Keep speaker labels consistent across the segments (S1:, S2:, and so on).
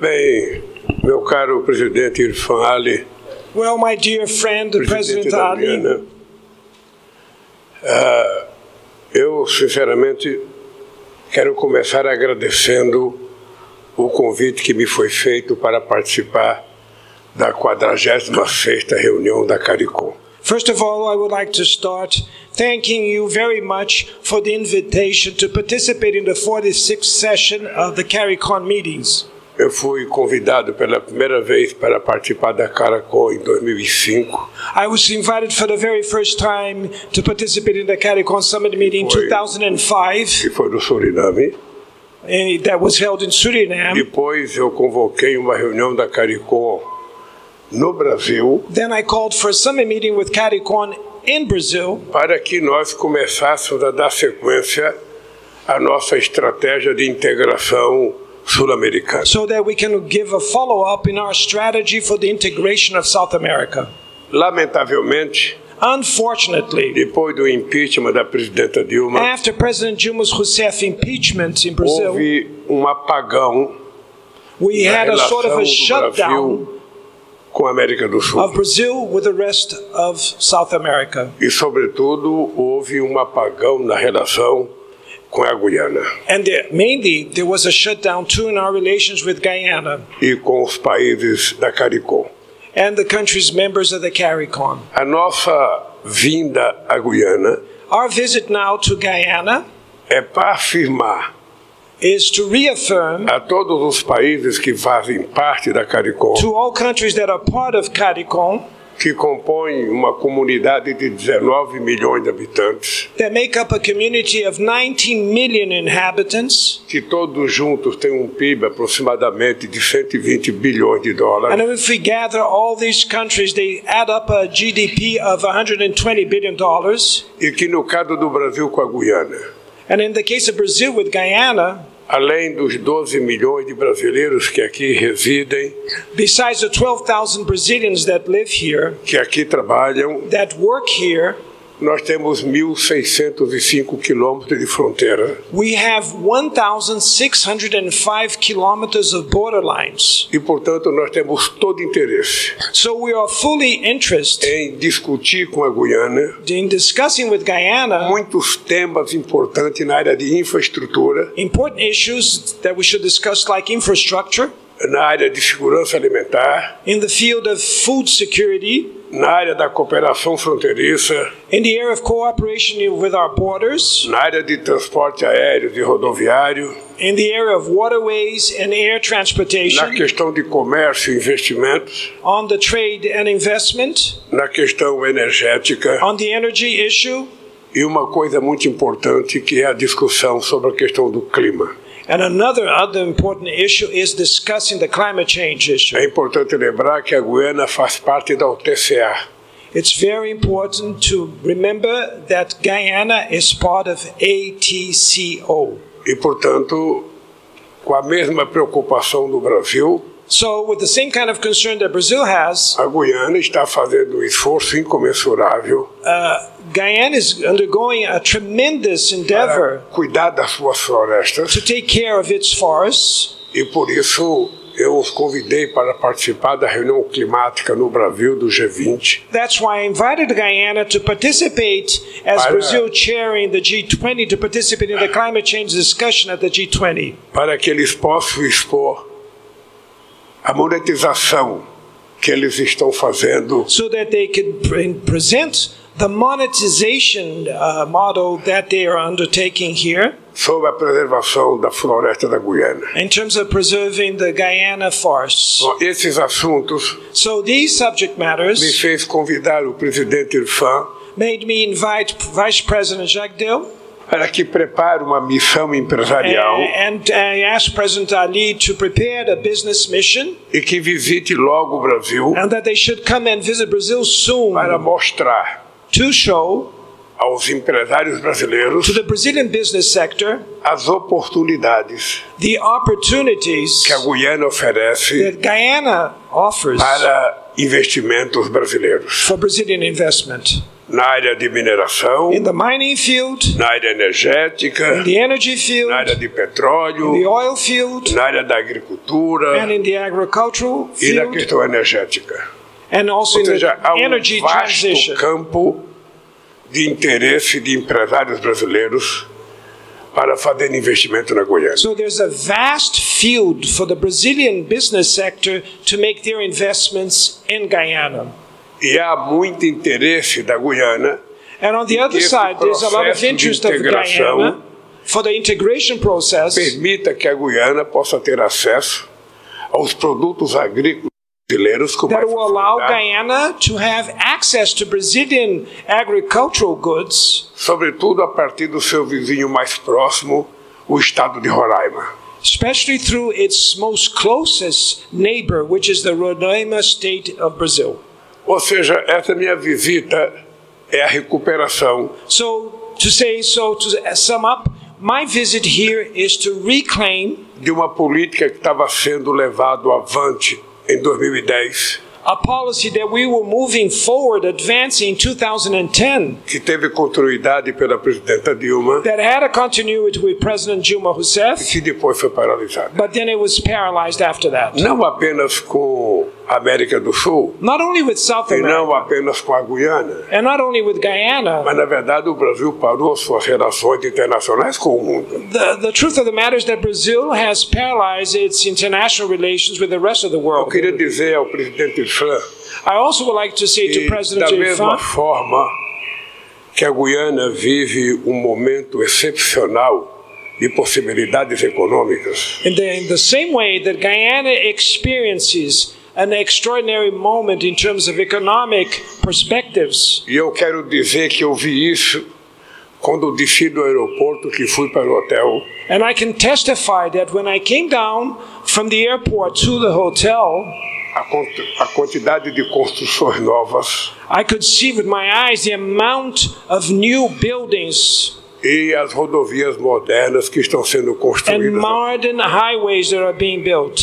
S1: Bem, meu caro presidente Irfan Ali,
S2: Well, my dear friend,
S1: presidente
S2: President
S1: da
S2: Ali,
S1: Guiana, ah, eu sinceramente quero começar agradecendo o convite que me foi feito para participar da 46ª reunião da CARICOM.
S2: first of all, I would like to start thanking you very much for the invitation to participate in the 46th session of the CARICON meetings.
S1: Eu fui convidado pela primeira vez para participar da CARICOM em 2005
S2: I was invited for the very first time to participate in the CARICON Summit meeting in
S1: Foi.
S2: 2005,
S1: que foi no Suriname.
S2: eh, that was held in Suriname.
S1: Depois eu convoquei uma reunião da CARICOM no Brasil
S2: Then I called for a summit meeting with CARICON in Brazil
S1: para que nós começássemos a dar sequência à nossa estratégia de integração sul-americana.
S2: so that we can give a follow up in our strategy for the integration of South America.
S1: Lamentavelmente,
S2: Unfortunately,
S1: depois do impeachment da presidenta Dilma,
S2: After President Dilma's Rousseff impeachment in Brazil,
S1: houve um apagão
S2: we
S1: na
S2: had a
S1: relação
S2: sort of a
S1: do
S2: shutdown
S1: Brasil com a América do
S2: of
S1: Sul.
S2: Brazil with the rest of South America.
S1: E, sobretudo, houve um apagão na relação com a Guiana
S2: And there, mainly, there was a shutdown too in our relations with Guyana
S1: e com os países da CARICOM.
S2: and the countries members of the CARICOM.
S1: A nossa vinda à Guiana
S2: Our visit now to Guyana
S1: é para afirmar
S2: is to reaffirm
S1: a todos os países que fazem parte da CARICOM,
S2: to all countries that are part of CARICOM
S1: que compõem uma comunidade de 19 milhões de habitantes,
S2: that make up a community of 19 million inhabitants
S1: que todos juntos têm um PIB aproximadamente de 120 bilhões de
S2: And
S1: dólares,
S2: if we gather all these countries, they add up a GDP of 120 billion dollars.
S1: e que no caso do Brasil com a Guiana,
S2: And in the case of Brazil with Guyana,
S1: além dos 12 milhões de brasileiros que aqui residem,
S2: besides the 12,000 Brazilians that live here,
S1: que aqui trabalham,
S2: that work here,
S1: nós temos 1.605 quilômetros de fronteira
S2: we have 1,605 kilometers of borderlines.
S1: e, portanto, nós temos todo interesse
S2: So we are fully interested
S1: em discutir com a Guiana
S2: in discussing with Guyana
S1: muitos temas importantes na área de infraestrutura,
S2: important issues that we should discuss, like infrastructure,
S1: na área de segurança alimentar,
S2: in the field of food security,
S1: na área da cooperação fronteiriça,
S2: in the area of cooperation with our borders.
S1: na área de transporte aéreo e rodoviário,
S2: in the area of waterways and air
S1: na
S2: transportation,
S1: questão de comércio e investimentos,
S2: on the trade and investment,
S1: na questão energética
S2: on the energy issue,
S1: e uma coisa muito importante que é a discussão sobre a questão do clima.
S2: and another other important issue is discussing the climate change issue.
S1: É importante lembrar que a Guiana faz parte da OTCA,
S2: It's very important to remember that Guyana is part of ATCO.
S1: e, portanto, com a mesma preocupação do Brasil,
S2: So, with the same kind of concern that Brazil has,
S1: A Guiana está fazendo um esforço incomensurável
S2: uh, Guyana is undergoing a tremendous
S1: para
S2: endeavor
S1: cuidar das suas
S2: to
S1: florestas
S2: take care of its forests.
S1: e por isso eu os convidei para participar da reunião climática no Brasil do G20
S2: That's why I invited Guyana to participate as
S1: Para-
S2: Brazil chairing the G20 to participate in the climate change discussion at the G20
S1: para que eles possam expor a monetização que eles estão fazendo
S2: so that they can pre- present the monetization uh, model that they are undertaking here
S1: sobre a preservação da floresta da Guiana.
S2: in terms of preserving the Guyana forests.
S1: Bom, esses assuntos
S2: So these subject
S1: me
S2: matters
S1: fez convidar o presidente Irfan
S2: made me invite Vice President Jacques Dale
S1: para que prepare uma missão
S2: and,
S1: empresarial
S2: and I asked President Ali to prepare the business mission
S1: e que visite logo o Brasil
S2: and that they should come and visit Brazil soon.
S1: para mostrar
S2: to show
S1: aos empresários
S2: to
S1: brasileiros
S2: the Brazilian business sector
S1: as oportunidades
S2: the opportunities
S1: que a Guiana oferece
S2: that Guyana offers
S1: para investimentos brasileiros.
S2: for Brazilian investment.
S1: na área de mineração,
S2: in the mining field,
S1: na área energética,
S2: in the energy field,
S1: na área de
S2: the
S1: petróleo,
S2: oil field,
S1: na área da
S2: and
S1: agricultura
S2: in the agricultural
S1: e na
S2: field,
S1: questão energética.
S2: and also
S1: Ou
S2: in
S1: seja,
S2: the
S1: há
S2: energy
S1: um
S2: transition.
S1: vasto campo de interesse de empresários brasileiros para fazer investimento na Goiânia.
S2: So there's a vast field for the Brazilian business sector to make their investments in Guyana.
S1: E há muito interesse da Guiana
S2: And on the other
S1: esse
S2: side, there's a lot of
S1: processo de
S2: interest of
S1: integração-
S2: Guyana for the integration process
S1: permita que a Guiana possa ter acesso aos produtos agrícolas brasileiros com
S2: that
S1: mais
S2: will allow
S1: facilidade,
S2: Guyana to have access to Brazilian agricultural goods,
S1: sobretudo a partir do seu vizinho mais próximo, o estado de Roraima.
S2: especially through its most closest neighbor, which is the Roraima state of Brazil.
S1: Ou seja, essa minha visita é a recuperação
S2: So, to say so, to sum up, my visit here is to reclaim
S1: de uma política que estava sendo levada avante em 2010,
S2: a policy that we were moving forward, advancing in 2010,
S1: que teve continuidade pela presidenta Dilma,
S2: that had a continuity with President Dilma Rousseff,
S1: que depois foi paralisada.
S2: but then it was paralyzed after that.
S1: Não apenas com a América do Sul,
S2: Not only with South
S1: e
S2: America,
S1: não apenas com a Guiana,
S2: and not only with Guyana,
S1: Mas, na verdade, o Brasil parou suas relações internacionais com o mundo.
S2: the, the truth of the matter is that Brazil has paralyzed its international relations with the rest of the
S1: Eu
S2: world.
S1: queria dizer ao presidente Fran
S2: I also would like to say to
S1: que,
S2: President
S1: Eh, da mesma
S2: Jaifan
S1: forma que a Guiana vive um momento excepcional de possibilidades econômicas,
S2: In the, in the same way that Guyana experiences an extraordinary moment in terms of economic perspectives,
S1: e eu quero dizer que eu vi isso quando desci do aeroporto que fui para o hotel,
S2: and I can testify that when I came down from the airport to the hotel,
S1: a, quant- a quantidade de construções novas
S2: I could see with my eyes the amount of new buildings
S1: e as rodovias modernas que estão sendo
S2: and
S1: construídas.
S2: modern highways that are being built.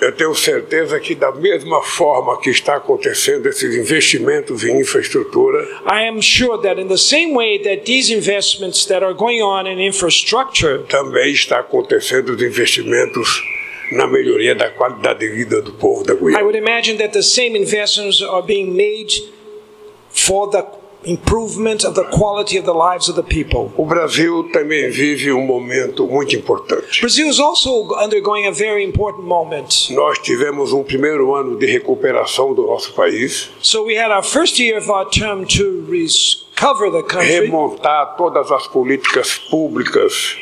S1: Eu tenho certeza que, da mesma forma que está acontecendo esses investimentos em infraestrutura,
S2: I am sure that in the same way that these investments that are going on in infrastructure,
S1: também está acontecendo os investimentos na melhoria da qualidade de vida do povo da
S2: I
S1: Guiana.
S2: would imagine that the same investments are being made for the improvement of the quality of the lives of the people.
S1: O Brasil também vive um momento muito importante.
S2: Brazil is also undergoing a very important moment.
S1: Nós tivemos um primeiro ano de recuperação do nosso país,
S2: So we had our first year of our term to recover the country,
S1: remontar todas as políticas públicas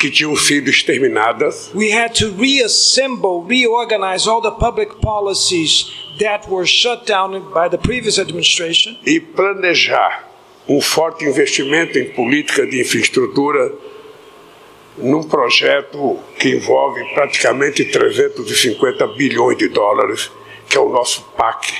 S1: que tinham sido exterminadas,
S2: we had to reassemble, reorganize all the public policies that were shut down by the previous administration
S1: e planejar um forte investimento em política de infraestrutura num projeto que envolve praticamente 350 bilhões de dólares, que é o nosso PAC.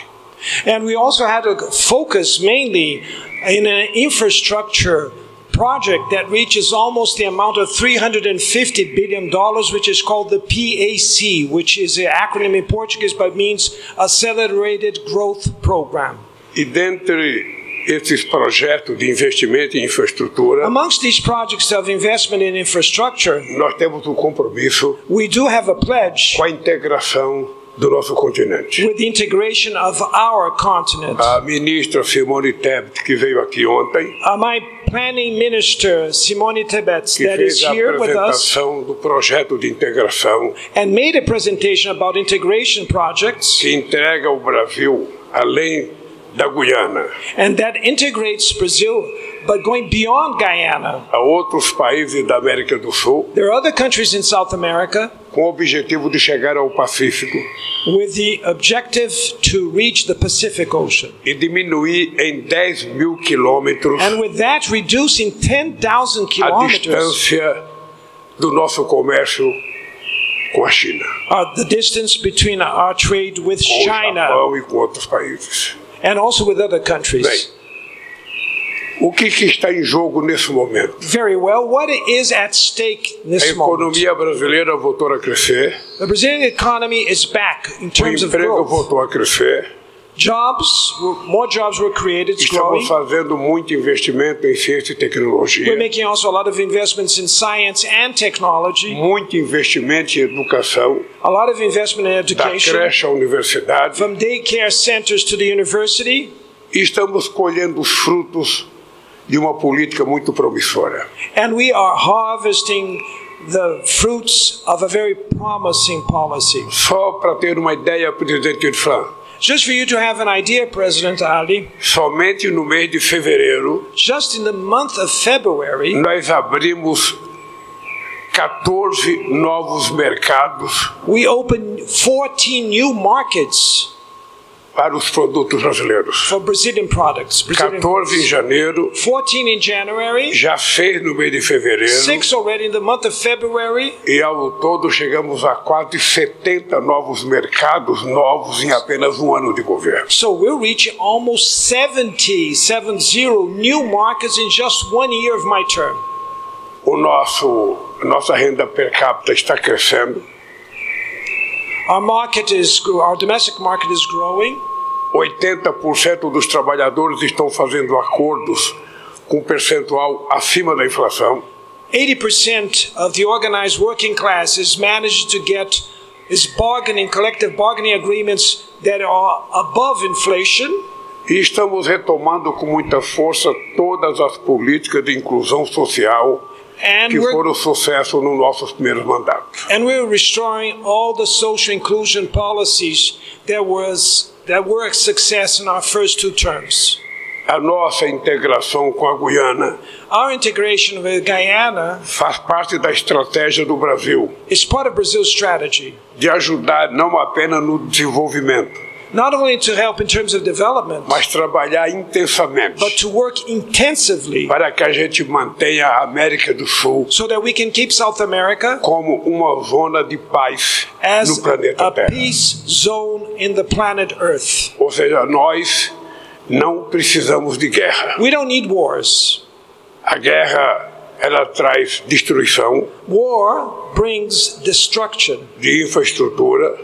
S2: and we also had to focus mainly in an infrastructure project that reaches almost the amount of 350 billion dollars which is called the PAC which is an acronym in Portuguese but means accelerated growth program
S1: E dentre esses projetos de investimento em infraestrutura,
S2: amongst these projects of investment in infrastructure
S1: nós temos um compromisso
S2: we do have a pledge
S1: com a integração do nosso continente.
S2: with the integration of our continent.
S1: A ministra Simone Tebet, que veio aqui ontem,
S2: Uh, my planning minister, Simone Tebets,
S1: que
S2: that is
S1: fez a
S2: here with us
S1: apresentação do projeto de integração
S2: and made a presentation about integration projects,
S1: que entrega ao Brasil, além da Guiana,
S2: and that integrates Brazil, but going beyond Guyana.
S1: a outros países da América do Sul,
S2: There are other countries in South America
S1: com o objetivo de chegar ao Pacífico
S2: with the objective to reach the Pacific Ocean.
S1: e diminuir em 10 mil quilômetros
S2: And with that, reducing 10,000
S1: a
S2: kilometers
S1: distância do nosso comércio com a China,
S2: uh, the distance between our trade with
S1: com o
S2: China
S1: Japão e com outros países.
S2: and also with other
S1: Bem,
S2: countries.
S1: o que, que está em jogo nesse momento?
S2: Very well. What is at stake in
S1: A
S2: this moment?
S1: economia brasileira voltou a crescer,
S2: The Brazilian economy is back in
S1: o
S2: terms of
S1: emprego
S2: growth.
S1: voltou a crescer,
S2: Jobs, were- more jobs were created, it's growing.
S1: Estamos fazendo muito investimento em ciência e tecnologia,
S2: We're making also a lot of investments in science and technology,
S1: muito investimento em educação,
S2: a lot of investment in
S1: da
S2: education,
S1: creche à universidade.
S2: from daycare centers to the university,
S1: E estamos colhendo os frutos de uma política muito promissora.
S2: and we are harvesting the fruits of a very promising policy.
S1: Só para ter uma ideia, presidente Irfan,
S2: Just for you to have an idea, President Ali,
S1: somente no mês de fevereiro
S2: just in the month of February,
S1: nós abrimos 14 novos mercados
S2: we opened 14 new markets
S1: para os produtos brasileiros.
S2: for Brazilian products. Brazilian
S1: 14 em janeiro,
S2: 14 in January,
S1: já fez no mês de fevereiro.
S2: 6 already in the month of February,
S1: E ao todo chegamos a quase 70 novos mercados novos em apenas um ano de governo.
S2: So we're reaching almost 70, 70 new markets in just one year of my term.
S1: O nosso, a nossa renda per capita está crescendo.
S2: Our market is, our domestic market is growing.
S1: 80% dos trabalhadores estão fazendo acordos com percentual acima da inflação.
S2: 80% of the organized working class is managed to get is bargaining, collective bargaining agreements that are above inflation.
S1: E estamos retomando com muita força todas as políticas de inclusão social
S2: And
S1: que
S2: we're,
S1: foram um sucesso nos nossos primeiros mandatos.
S2: and we're restoring all the social inclusion policies that was that were a success in our first two terms.
S1: A nossa integração com a Guiana
S2: Our integration with Guyana
S1: faz parte da estratégia do Brasil
S2: is part of Brazil's strategy,
S1: de ajudar não apenas no desenvolvimento,
S2: not only to help in terms of development,
S1: mas
S2: but
S1: trabalhar intensamente
S2: to work intensively
S1: para que a gente mantenha a América do Sul
S2: so that we can keep South America
S1: como uma zona de paz
S2: as
S1: no planeta
S2: a
S1: Terra.
S2: peace zone in the planet Earth.
S1: Ou seja, nós não precisamos de guerra.
S2: We don't need wars.
S1: A guerra ela traz destruição
S2: War brings destruction,
S1: de infraestrutura,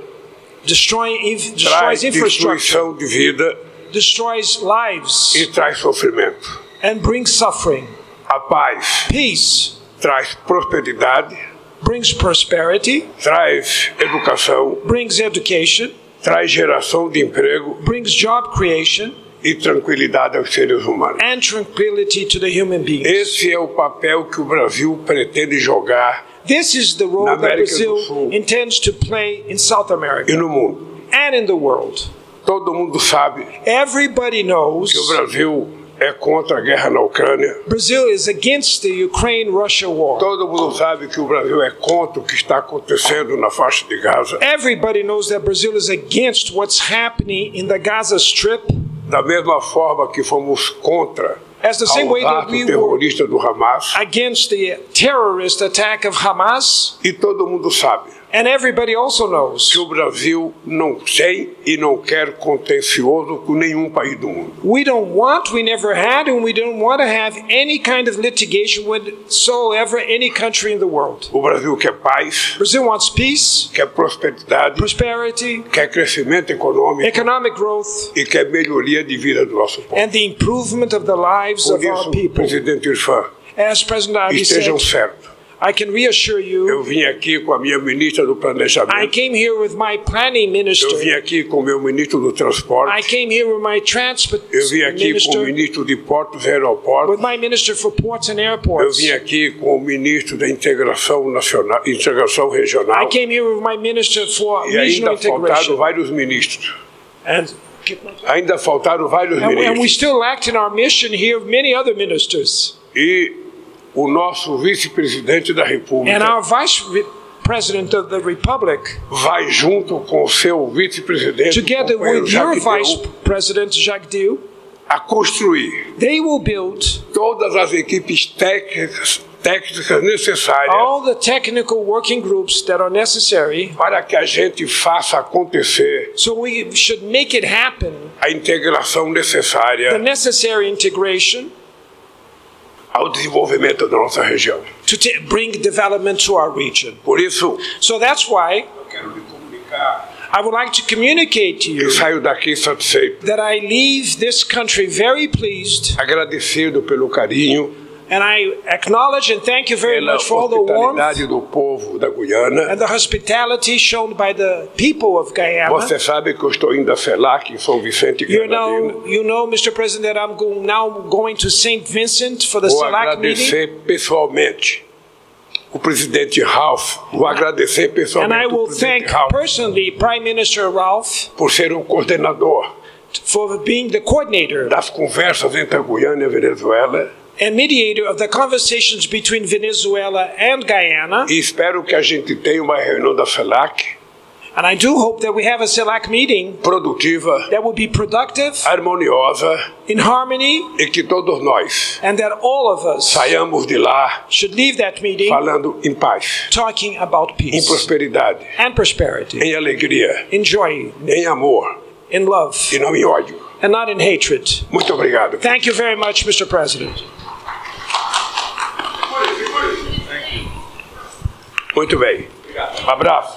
S2: destroying, inf-
S1: traz
S2: destroys infrastructure,
S1: destruição de vida
S2: destroys lives,
S1: e traz sofrimento.
S2: and brings suffering.
S1: A paz
S2: Peace
S1: traz prosperidade,
S2: brings prosperity,
S1: traz educação,
S2: brings education,
S1: traz geração de emprego
S2: brings job creation,
S1: e tranquilidade aos seres humanos.
S2: and tranquility to the human beings.
S1: Esse é o papel que o Brasil pretende jogar
S2: This is the role
S1: Na
S2: that
S1: América do
S2: Brazil
S1: Sul.
S2: intends to play in South
S1: e
S2: America
S1: no mundo.
S2: and in the world.
S1: Todo mundo sabe
S2: Everybody knows
S1: que o Brasil é contra a guerra na Ucrânia.
S2: Brazil is against the Ukraine Russia war.
S1: Todo mundo sabe que o Brasil é contra o que está acontecendo na faixa de Gaza.
S2: Everybody knows that Brazil is against what's happening in the Gaza Strip.
S1: Da mesma forma que fomos contra
S2: As the same way
S1: o
S2: that
S1: ato
S2: we were
S1: terrorista do Hamas.
S2: against the terrorist attack of Hamas.
S1: E todo mundo sabe
S2: And everybody also
S1: que
S2: knows
S1: o Brasil não tem e não quer contencioso com nenhum país do mundo.
S2: we don't want, we never had, and we don't want to have any kind of litigation whatsoever any country in the world.
S1: O Brasil quer paz,
S2: Brazil wants peace,
S1: quer prosperidade,
S2: prosperity,
S1: quer crescimento
S2: É
S1: econômico
S2: economic growth,
S1: e quer melhoria de vida do nosso povo.
S2: and the improvement of the lives
S1: Por
S2: of our
S1: isso,
S2: É people.
S1: presidente Irfan,
S2: As President Ali said,
S1: estejam certos.
S2: I can reassure you,
S1: Eu vim aqui com a minha ministra do
S2: I
S1: Planejamento,
S2: came here with my planning
S1: eu vim
S2: minister,
S1: aqui com o meu ministro do
S2: I
S1: Transporte,
S2: came here with my transport
S1: eu vim aqui com o
S2: minister,
S1: ministro de Portos e
S2: with
S1: Aeroportos,
S2: my minister for ports and
S1: eu
S2: airports.
S1: vim aqui com o ministro da Integração Nacional, Integração
S2: I
S1: Regional,
S2: came here with my minister for
S1: e
S2: regional
S1: ainda faltaram
S2: integration.
S1: vários ministros.
S2: And,
S1: Ainda faltaram vários
S2: and, we- and we
S1: ministros.
S2: still lacked in our mission here many other ministers.
S1: E o nosso vice-presidente da
S2: And
S1: República
S2: our vice re- president of the republic,
S1: vai junto com o seu vice-presidente, o
S2: together
S1: companheiro
S2: with your
S1: Jacques
S2: vice
S1: Deu,
S2: president, Jacques Dil,
S1: a construir
S2: They will build
S1: todas as equipes técnicas, técnicas necessárias
S2: all the technical working groups that are necessary.
S1: para que a gente faça acontecer
S2: So we should make it happen.
S1: a integração
S2: The
S1: necessária
S2: necessary integration
S1: ao desenvolvimento da nossa região.
S2: to t- bring development to our region.
S1: Por isso,
S2: So that's why
S1: eu quero lhe comunicar
S2: I would like to communicate to
S1: Eu
S2: you
S1: saio daqui satisfeito,
S2: that I leave this country very pleased,
S1: agradecido pelo carinho,
S2: and I acknowledge and thank you very
S1: pela
S2: much for all the warmth
S1: hospitalidade do povo da Guiana.
S2: and the hospitality shown by the people of Guyana.
S1: Você sabe que eu estou indo a CELAC em São Vicente,
S2: You
S1: Granadina.
S2: know, you know, Mr. President, that I'm go- now going to St. Vincent for the
S1: Vou
S2: SELAC meeting,
S1: Oh, agradecer pessoalmente o presidente Ralph. Vou agradecer
S2: and I
S1: pessoalmente o
S2: will
S1: presidente
S2: thank
S1: Ralph
S2: personally Prime Minister Ralph
S1: por ser o coordenador
S2: for being the coordinator
S1: das conversas entre a Guiana e a Venezuela.
S2: and mediator of the conversations between Venezuela and Guyana.
S1: E espero que a gente tenha uma reunião da CELAC
S2: And I do hope that we have a CELAC meeting
S1: produtiva,
S2: that will be productive,
S1: harmoniosa
S2: in harmony,
S1: e que todos nós
S2: and that all of us
S1: saiamos de lá
S2: should leave that meeting
S1: falando em paz,
S2: talking about
S1: em
S2: peace
S1: prosperidade,
S2: and prosperity,
S1: em alegria,
S2: in joy,
S1: em amor
S2: in love,
S1: e não em ódio.
S2: and not in hatred.
S1: Muito obrigado.
S2: Thank you very much, Mr. President.
S1: Muito bem. Um abraço.